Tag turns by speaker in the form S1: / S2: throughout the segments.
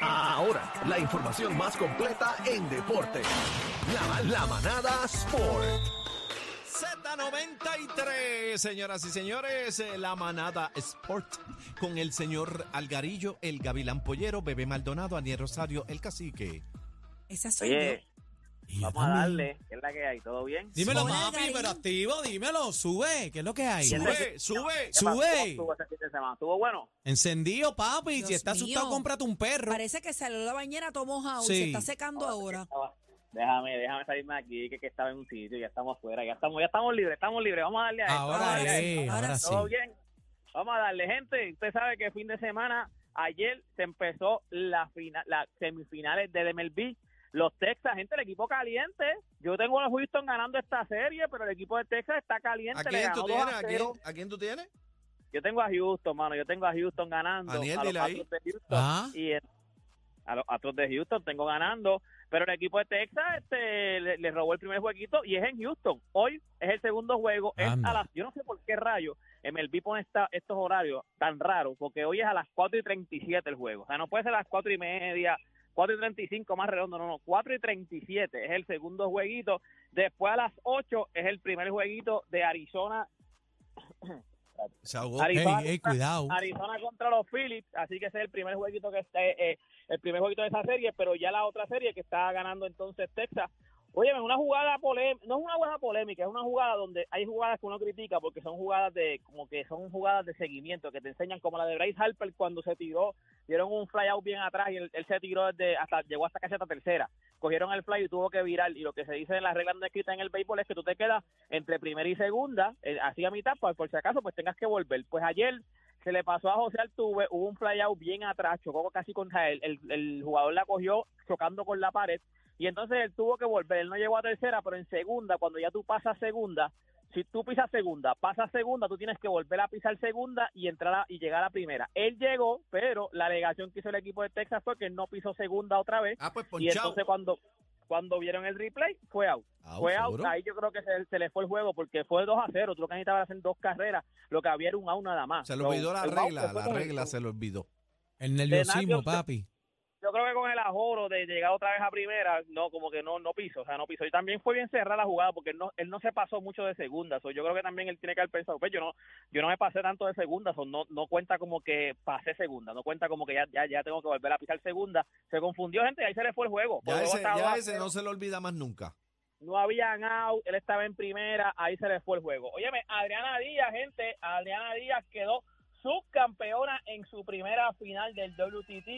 S1: Ahora, la información más completa en deporte. La, la manada Sport.
S2: Z93, señoras y señores, eh, la manada Sport con el señor Algarillo, el Gavilán Pollero, Bebé Maldonado, Aniel Rosario, el Cacique.
S3: Esa soy
S4: Oye,
S5: Y yo
S4: vamos a
S5: también.
S4: darle. ¿Qué es la que hay? ¿Todo bien?
S5: Dímelo,
S3: Hola,
S5: papi,
S3: Gaby.
S5: pero activo, dímelo, sube, ¿qué es lo que hay?
S4: Sí,
S2: Sube,
S5: Sube.
S2: sube.
S4: ¿Qué pasó? ¿Cómo
S5: sube.
S4: estuvo ese fin de semana? ¿Estuvo bueno?
S5: Encendido, papi,
S3: Dios
S5: si está asustado,
S3: mío.
S5: cómprate un
S3: yo.
S5: perro.
S3: Parece que salió de la bañera, tomó house,
S5: Sí.
S3: se está
S4: Oh,
S3: secando ahora.
S4: Déjame, déjame salirme de aquí, que, que estaba en un sitio, ya estamos afuera, ya estamos, ya estamos libres, estamos libres, vamos a darle a esto,
S5: Ahora,
S4: vamos a
S3: Ahora
S4: darle a
S3: sí,
S5: eh,
S3: ahora
S5: ahora
S4: esto.
S5: sí.
S4: ¿Todo bien? Vamos a darle, gente, usted sabe que fin de semana, ayer se empezó la final, las semifinales del MLB, los Texas, gente, el equipo caliente, yo tengo a los Houston ganando esta serie, pero el equipo de Texas está caliente,
S2: ¿A
S4: le
S2: quién
S4: ganó
S2: tú
S4: 2 a
S2: tienes? ¿A quién,
S4: 0.
S2: a quién tú tienes?
S4: yo tengo a Houston, mano, yo tengo a Houston ganando,
S2: Aniel,
S4: a los
S2: dile ahí.
S4: Astros de Houston,
S5: Ah,
S4: y en- a los Astros de Houston tengo ganando, pero el equipo de Texas este, le, le robó el primer jueguito y es en Houston. Hoy es el segundo juego, es
S5: Anda.
S4: a las, yo no sé por qué rayo MLB pone esta, estos horarios tan raros, porque hoy es a las 4 y 37 el juego, o sea, no puede ser a las 4 y media. 4 y 35 más redondo, no, no, 4 y 37 es el segundo jueguito. Después a las 8 es el primer jueguito de Arizona.
S2: Se ahogó.
S4: Ari-
S5: ey,
S4: Arizona-
S5: ey, cuidado.
S4: Arizona contra los Phillips, así que ese es el primer jueguito que está, eh, eh, el primer jueguito de esa serie, pero ya la otra serie que está ganando entonces Texas. Oye, es una jugada polémica, no es una jugada polémica, es una jugada donde hay jugadas que uno critica porque son jugadas de, como que son jugadas de seguimiento, que te enseñan como la de Bryce Harper cuando se tiró, dieron un fly out bien atrás y él, él se tiró desde, hasta, llegó hasta casi hasta tercera. Cogieron el fly y tuvo que virar. Y lo que se dice en las reglas no escritas en el béisbol es que tú te quedas entre primera y segunda, eh, así a mitad, pues, por si acaso, pues tengas que volver. Pues ayer se le pasó a José Altuve, hubo un flyout bien atrás, chocó casi contra él, el, el jugador la cogió chocando con la pared y entonces él tuvo que volver, él no llegó a tercera, pero en segunda, cuando ya tú pasas segunda, si tú pisas segunda, pasas segunda, tú tienes que volver a pisar segunda y entrar a- y llegar a primera. Él llegó, pero la alegación que hizo el equipo de Texas fue que él no pisó segunda otra vez
S2: Ah, pues
S4: y
S2: ponchao.
S4: entonces cuando cuando vieron el replay fue out
S2: Ah,
S4: fue out,
S2: seguro.
S4: ahí yo creo que se, se le fue el juego porque fue 2 a 0, tú lo que necesitabas era hacer dos carreras, lo que había era un out nada más.
S2: Se le
S4: So,
S2: olvidó la
S4: Ah, el out
S2: regla,
S4: se fue
S2: la
S4: con el-
S2: regla se le olvidó.
S5: El
S4: Tenaz,
S5: nerviosismo,
S4: yo-
S5: papi.
S4: Yo creo que con el ajoro de llegar otra vez a primera, no, como que no no piso, o sea, no piso. Y también fue bien cerrada la jugada porque él no, él no se pasó mucho de segunda, so, yo creo que también él tiene que haber pensado, pues yo no yo no me pasé tanto de segunda, so, no no cuenta como que pasé segunda, no cuenta como que ya ya, ya tengo que volver a pisar segunda. Se confundió gente y ahí se le fue el juego.
S2: Ya
S4: El juego
S2: ese,
S4: estaba
S2: ya
S4: 2 a
S2: ese
S4: 0.
S2: no se le olvida más nunca.
S4: no habían out, él estaba en primera, ahí se le fue el juego. Óyeme, Adriana Díaz, gente, Adriana Díaz quedó subcampeona en su primera final del WTT.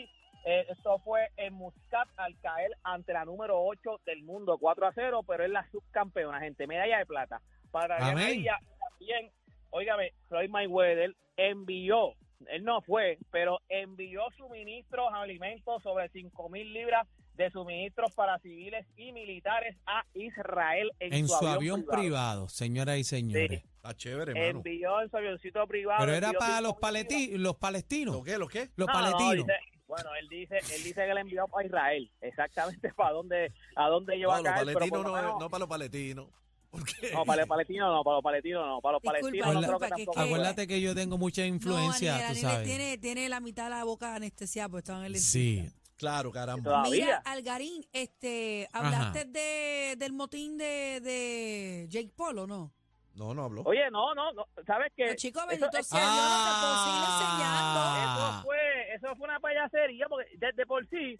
S4: Eh, esto fue en Muscat al caer ante la número 8 del mundo, 4 a 0, pero es la subcampeona, gente, medalla de plata. Para Adriana
S5: Amén.
S4: Díaz también, óigame, Floyd Mayweather envió, él no fue, pero envió suministros, alimentos sobre 5 mil libras de suministros para civiles y militares a Israel en,
S5: En su avión privado, señoras y señores.
S2: Está chévere, hermano.
S4: Envió en su avioncito privado.
S5: Pero era
S4: envió
S5: para los,
S4: 5.000 libras.
S5: paleti- los
S2: ¿Lo
S5: palestinos.
S2: qué? ¿Lo qué?
S5: Los
S4: No, no,
S5: palestinos.
S4: dice- bueno, él dice, él dice que le envió para Israel, exactamente para dónde, a dónde lleva
S2: No,
S4: a
S2: los
S4: caer. pero por
S2: paletinos
S4: lo
S2: no,
S4: menos-
S2: no para los paletinos. ¿Por qué?
S4: no, para los palestinos no, para los palestinos no, para los
S3: Disculpa,
S4: palestinos no creo que
S3: disculpa, que es
S4: tampoco.
S3: que-
S5: Acuérdate que yo tengo mucha influencia,
S3: no, Aniel,
S5: tú
S3: Aniel
S5: sabes.
S3: tiene, tiene la mitad de la boca anestesiada, pues estaban en el
S5: Sí.
S2: Claro, caramba.
S4: Todavía.
S3: Mira, Algarín, este,
S5: Ajá.
S3: hablaste de, del motín de, de Jake Paul, ¿o no?
S2: No, no habló.
S4: Oye, no, no, no, ¿sabes qué?
S3: Los chicos,
S4: Eh, Eso-
S3: bendito
S4: eso-
S3: sea Dios, no te puedo seguir enseñando.
S5: Ah.
S4: Eso fue, eso fue una payasería, porque desde por sí,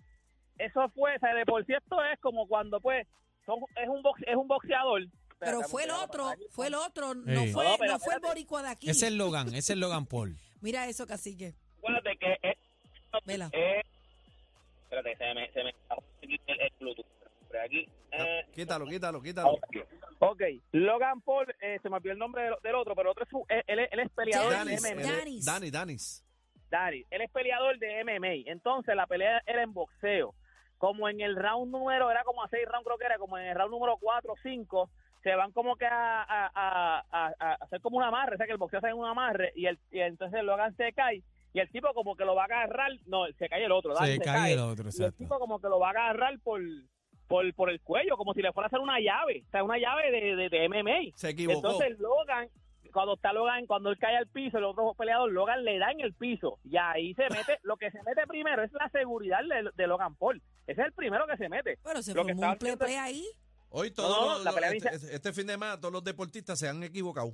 S4: eso fue, o sea, de por sí esto es como cuando, pues, son, es, un box, es un boxeador.
S3: Pero
S4: Espérate,
S3: fue el
S4: vamos,
S3: otro,
S4: espérate.
S3: fue el otro, no
S5: Sí.
S4: No,
S3: fue,
S4: pero
S3: no fue el
S4: espérate.
S3: boricua de aquí.
S5: Ese es Logan, ese es Logan Paul.
S3: Mira eso, cacique.
S4: Acuérdate que es-
S3: Vela.
S4: es- espérate, se me, se me escapó el, el Bluetooth. Por aquí. eh,
S2: Quítalo, quítalo, quítalo.
S4: Ok, Logan Paul, eh, se me olvidó el nombre del, del otro, pero el otro es, su- él, él es- él es peleador
S3: Danis,
S4: de
S2: el-
S4: MMA.
S3: Danis.
S2: eh, Dani, Danis.
S4: Dari, él es peleador de MMA, entonces la pelea era en boxeo. Como en el round número, era como a seis rounds creo que era, como en el round número cuatro o cinco, se van como que a, a- a- a- a hacer como un amarre, o sea que el boxeo hace un amarre y, el, y entonces Logan se cae y el tipo como que lo va a agarrar, no, se cae el otro, Dari,
S5: Se cae el otro,
S4: y el
S5: exacto.
S4: tipo como que lo va a agarrar por, por, por el cuello, como si le fuera a hacer una llave, o sea, una llave de, de, de MMA.
S2: Se equivocó.
S4: Entonces Logan, cuando está Logan, cuando él cae al piso, el otro peleador, Logan le da en el piso. Y ahí se mete, lo que se mete primero es la seguridad de, de Logan Paul. Ese es el primero que se mete.
S3: Pero se
S4: Lo que
S3: formó un
S4: estaban viendo-
S3: plepe ahí.
S2: Hoy
S4: No, no,
S2: todos los-
S4: la
S2: los-
S4: pelea
S2: este,
S4: inicial-
S2: este- este fin de semana todos los deportistas se han equivocado.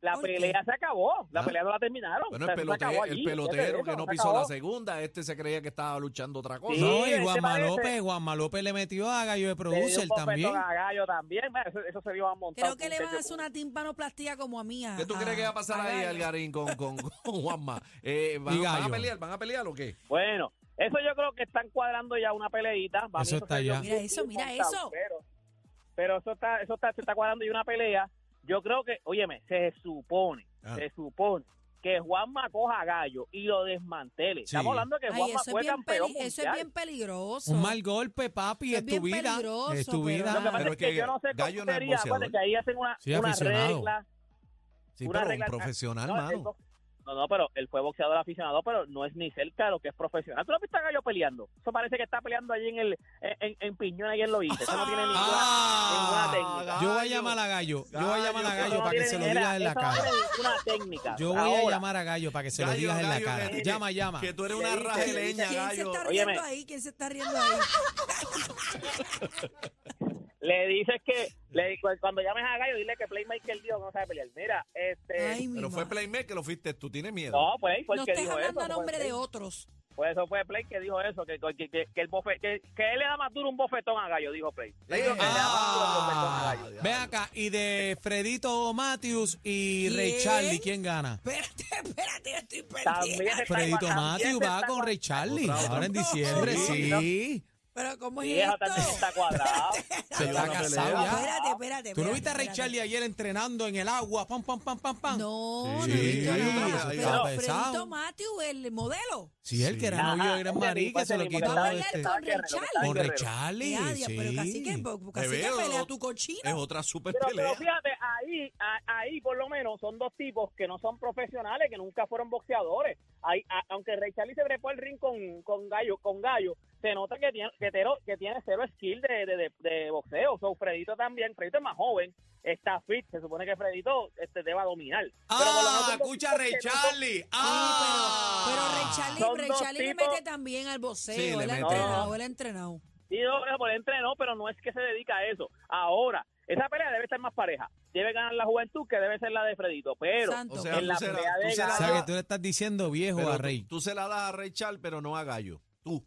S4: La
S3: ¿Por qué?
S4: pelea se acabó. La
S2: Ah.
S4: pelea no la terminaron.
S2: Bueno,
S4: O sea,
S2: el
S4: eso se acabó
S2: pelotero, el
S4: allí.
S2: pelotero
S4: Eso,
S2: que no
S4: se
S2: pisó la
S4: acabó.
S2: segunda, este se creía que estaba luchando otra cosa.
S4: Sí,
S5: No, y
S4: este
S5: Juanma
S4: parece-
S5: López, Juanma López le metió a Gallo de
S4: Le dio un
S5: Producer
S4: bofetón
S5: también.
S4: a Gallo también. Bueno, Eso, eso se vio a montar.
S3: Creo que le van a hacer una timpanoplastia como a mí. a-
S2: ¿Qué tú crees que va a pasar ahí,
S3: Gallo.
S2: Algarín, con, con, con Juanma? Eh, ¿van,
S5: Y
S2: van a
S5: Gallo.
S2: pelear? ¿Van a pelear o qué?
S4: Bueno, eso yo creo que están cuadrando ya una peleita. Para mí
S5: Eso está
S4: se vio
S5: ya.
S4: muy
S3: Mira eso, mira
S4: montado,
S3: eso.
S4: Pero, pero eso está, eso está, se está cuadrando ya una pelea. Yo creo que, óyeme, se supone,
S2: Ah.
S4: se supone que Juanma coja a Gallo y lo desmantele.
S5: Sí.
S4: Estamos hablando que
S3: Ay,
S4: Juanma
S3: eso,
S4: fue
S3: es bien
S4: campeón
S3: peli- eso es
S4: mundial.
S3: bien peligroso.
S5: Un mal golpe, papi,
S3: Eso
S5: es
S3: es
S5: tu
S3: bien
S5: vida.
S3: peligroso,
S5: Es tu
S3: pero-
S5: vida.
S4: Lo que pasa
S2: Pero
S4: es
S2: es
S4: que
S2: que
S4: yo no sé
S2: Gallo
S4: cómo
S2: no es
S4: sería, acuérdate
S2: boxeador.
S4: que ahí hacen una,
S5: Sí,
S4: una
S5: aficionado.
S4: regla.
S2: Sí,
S4: Una
S2: pero un
S4: regla-
S2: profesional,
S4: No, él
S2: mano.
S4: no- no, no, pero él fue boxeador aficionado, pero no es ni cerca de lo que es profesional. ¿Tú lo has visto a Gallo peleando? Eso parece que está peleando allí en el en, en Piñón, ahí en lo hizo. Eso no tiene ninguna,
S5: Ah,
S4: ninguna técnica.
S5: Yo voy a llamar a Gallo. Yo voy a llamar a
S2: Gallo,
S4: Eso no
S5: Gallo para que
S4: tiene
S5: se lo
S4: ninguna-
S5: digas en la
S4: eso no
S5: cara.
S4: tiene ninguna técnica.
S5: Yo voy a
S4: Ahora,
S5: llamar a Gallo para que se lo
S2: Gallo,
S5: digas en la
S2: Gallo,
S5: cara.
S2: que-
S5: Llama, llama.
S2: Que tú eres
S4: Le
S2: una
S4: dice,
S2: rajeleña,
S3: ¿Quién se
S2: Gallo.
S3: está
S4: Óyeme.
S3: riendo ahí? ¿Quién se está riendo ahí?
S4: Le dices que le- cu- cuando llames a Gallo, dile que Playmaker dijo que no sabe pelear. Mira, este.
S3: Ay, mi
S2: Pero fue
S3: madre.
S2: Playmaker, lo fuiste tú, tienes miedo.
S4: no, pues ahí fue el
S3: No
S4: que
S3: estés
S4: dijo eso.
S3: hablando a
S4: fue
S3: nombre
S4: Play.
S3: de otros.
S4: Pues eso fue Play que dijo eso, que, que, que- que el bofe- que, que él le da más duro un bofetón a Gallo, dijo Play. Play dijo que le
S1: Ah.
S4: da más duro un bofetón a
S5: Ah,
S4: Gallo.
S5: ve acá, y de Fredito Matthews y Ray
S3: ¿Quién?
S5: Charlie, ¿quién gana?
S3: Espérate, espérate, yo estoy perdida.
S4: También se está
S5: Fredito
S4: igual-
S5: Matthews
S4: también se
S5: va
S4: está
S5: con
S4: igual-
S5: Ray Charlie.
S2: Otra, otra.
S5: Ahora en diciembre,
S4: No,
S5: sí.
S4: no.
S3: Pero ¿cómo
S4: Y
S3: es
S4: eso
S3: esto?
S4: también está cuadrado.
S5: Se está
S2: Una
S5: casado
S2: pelea.
S5: ya.
S3: Espérate, espérate.
S5: ¿Tú no
S3: espérate,
S5: viste a Ray
S3: espérate.
S5: Charlie ayer entrenando en el agua? Pam, pam, pam, pam, pam.
S3: No,
S2: Sí,
S3: no.
S2: sí, hay otra-
S3: pero
S2: hay
S3: pero
S5: otra.
S3: Fredito
S5: Pesado.
S3: Matthew, el modelo.
S5: Sí, él que era
S4: Ajá, Pues
S5: novio de Gran
S4: ese
S5: Marí,
S4: mismo,
S5: que se
S4: ese
S5: lo
S4: mismo,
S5: quitó
S4: que
S3: Dale,
S5: este.
S3: con Ray
S4: Guerrero,
S3: Charlie.
S4: Dale,
S5: Con Ray
S4: Guerrero.
S5: Charlie,
S3: Ya, Dios, pero casi que,
S5: sí.
S3: casi que
S2: Bebé,
S3: pelea
S2: o-
S3: tu cochino.
S2: Es otra super
S4: Pero,
S2: pelea.
S4: pero fíjate, ahí, a- ahí por lo menos son dos tipos que no son profesionales, que nunca fueron boxeadores. Ahí, a- aunque Ray Charlie se trepó el ring con, con gallo, con gallo, se nota que tiene, que tero- que tiene cero skill de, de, de- de boxeo. So, Fredito también, Fredito es más joven, está fit, se supone que Fredito este, deba dominar. Pero por lo menos
S5: Ah,
S4: son dos
S5: escucha a
S4: tipos
S5: Ray
S4: que no son-
S5: Charlie. Ah,
S3: Sí, pero, pero Ray Charlie,
S4: Ah. Son
S3: Ray
S4: dos
S3: Charlie le
S4: tipos-
S3: mete también al boxeo.
S2: Sí, le
S3: él ha
S2: mete.
S3: entrenado, él ha entrenado.
S4: Sí, no, pero por entrenó, pero no es que se dedica a eso. Ahora, esa pelea debe estar más pareja. Debe ganar la juventud, que debe ser la de Fredito. Pero
S3: Santo.
S2: O sea,
S4: en la
S2: tú se la-
S4: pelea
S2: tú
S4: de
S2: se la-
S5: O sea,
S4: gallo,
S5: que tú le estás diciendo viejo
S2: Pero
S5: a
S2: tú-
S5: Rey.
S2: Tú, se la das a Ray Charles, pero no a Gallo. Tú.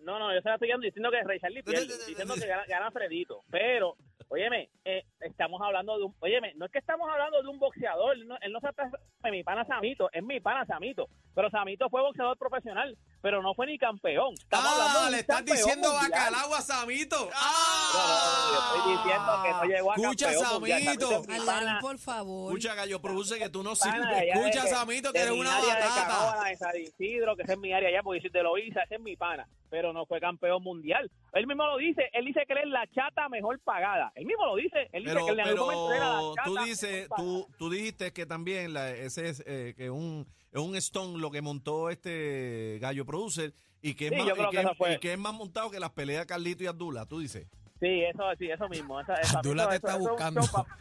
S4: No, no, yo se la estoy dando diciendo que Ray Charlie pierde, diciendo que gana, gana Fredito. Pero, óyeme, eh, estamos hablando de un... Óyeme, no es que estamos hablando de un boxeador. no- él no se trata de mi pana Samito, es mi pana Samito. Pero Samito fue boxeador profesional, pero no fue ni campeón. Estamos hablando de
S5: Ah,
S4: un
S5: le estás
S4: campeón
S5: diciendo
S4: mundial.
S5: bacalao a Samito.
S4: No,
S5: Ah,
S4: no, no, yo estoy diciendo que no llegó a
S5: Escucha,
S4: campeón mundial.
S5: Samito.
S4: Samito es mi
S3: Algarín,
S4: pana.
S3: por favor.
S2: Escucha, Gallo, produce que tú no
S4: pana de
S2: sirves.
S4: allá
S5: Escucha,
S4: de-
S5: Samito, que
S4: de
S5: eres
S4: mi
S5: una
S4: área de
S5: batata.
S4: Caguana, de San Isidro, que esa es mi área allá, porque yo soy de Loíza, ese es mi pana, pero no fue campeón mundial. Él mismo lo dice, él dice que él es la chata mejor pagada. Él mismo lo dice, él dice
S2: Pero,
S4: que el
S2: pero
S4: negocio era la chata
S2: tú
S4: mejor
S2: dices,
S4: pagada.
S2: tú, tú dijiste que también la- ese es eh, que un, es un Stone lo que montó este Gallo Producer y que, es
S4: Sí,
S2: más,
S4: yo
S2: y
S4: creo
S2: que
S4: que
S2: es-
S4: eso fue.
S2: y que es más montado que las peleas de Carlito y Abdullah, tú dices.
S4: Sí, eso, sí, eso mismo. Esa, esa-
S5: Abdullah
S4: eso-
S5: te está
S4: eso es un
S5: buscando.
S4: show pa-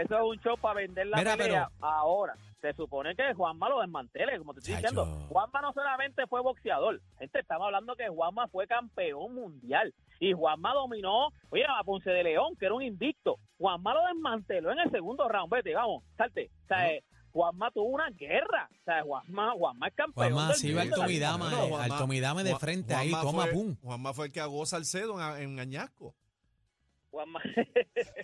S4: Eso es un show para vender la
S5: Mira,
S4: pelea. Ahora, se supone que Juanma lo desmantele, como te estoy
S5: Chacho.
S4: diciendo. Juanma no solamente fue boxeador. Gente, estamos hablando que Juanma fue campeón mundial. Y Juanma dominó, oye, a Ponce de León, que era un invicto. Juanma lo desmanteló en el segundo round. Vete, vamos, salte. O sea, eh, Juanma tuvo una guerra. O sea, Juanma, Juanma es campeón.
S5: Juanma,
S4: del
S5: sí,
S4: mundo
S5: va
S4: de
S5: al
S4: la
S5: Tommy
S4: vida.
S5: Dama, eh, al Tommy Dama de
S2: Juan-
S5: frente ahí, toma,
S2: fue,
S5: pum.
S2: Juanma fue el que agó Salcedo en, en Añasco.
S4: Juanma.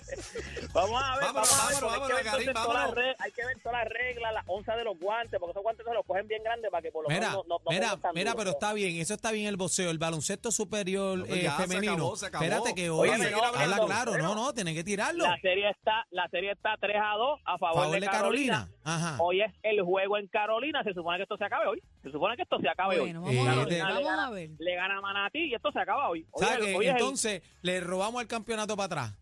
S4: vamos a
S2: Vámonos,
S4: ver, vamos a ver,
S2: vámonos,
S4: porque
S2: vámonos,
S4: hay, que ver
S2: Karim,
S4: entonces todas las
S2: vámonos.
S4: re- hay que ver todas las reglas, las onzas de los guantes, porque esos guantes se los cogen bien grandes para que por lo
S5: Mira,
S4: menos no, no, no
S5: mira,
S4: cojan tan
S5: mira,
S4: duro.
S5: pero está bien, eso está bien el boxeo, el baloncesto superior
S2: No, pues ya,
S5: eh,
S2: se
S5: femenino.
S2: acabó, se acabó.
S5: Espérate que hoy
S4: Oye,
S2: Vamos a seguir
S5: habla
S2: hablando.
S5: claro,
S4: Pero-
S5: no, no, tienen que tirarlo.
S4: La serie está, la serie está 3 a 2 a favor,
S5: Favor de Carolina. Ah. Ajá.
S4: Hoy es el juego en Carolina, se supone que esto se acabe hoy. Se supone que esto se acabe
S3: Bueno,
S4: hoy.
S3: vamos a ver,
S5: Eh,
S4: Carolina le
S3: vamos
S4: gana-
S3: a ver.
S4: Le gana a Manatí y esto se acaba hoy. Hoy
S5: ¿Sabes
S4: es-
S5: qué?
S4: hoy es el-
S5: Entonces le robamos el campeonato para atrás.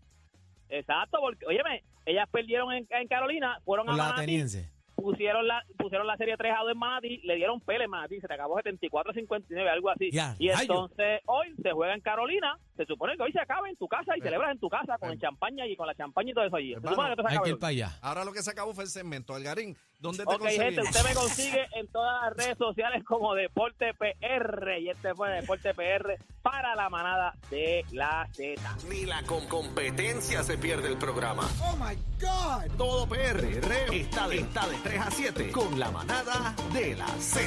S4: exacto, porque, óyeme, ellas perdieron en, en Carolina, fueron a
S5: Con la
S4: Manatí
S5: ateniense.
S4: pusieron la pusieron la serie 3 a 2 en Manatí, le dieron pele en Manatí, se te acabó 74-59, algo así.
S5: Ya,
S4: y
S5: rayos.
S4: entonces hoy se juega en Carolina, se supone que hoy se acaba en tu casa y celebras en tu casa con
S2: eh.
S4: el champaña y con la champaña y todo eso allí. Se
S2: Hermano,
S4: supone que esto se
S5: Hay
S4: acaba
S5: que
S4: hoy.
S5: ir para allá.
S2: Ahora lo que se acabó fue el segmento. Algarín, ¿dónde te
S4: Ok, gente,
S2: conseguimos?
S4: usted me consigue en todas las redes sociales como Deporte PR. Y este fue Deporte PR para la manada de la Z.
S1: Ni la con competencia se pierde el programa. Oh my God. Todo PR está de, está de 3 a 7 con la manada de la Z.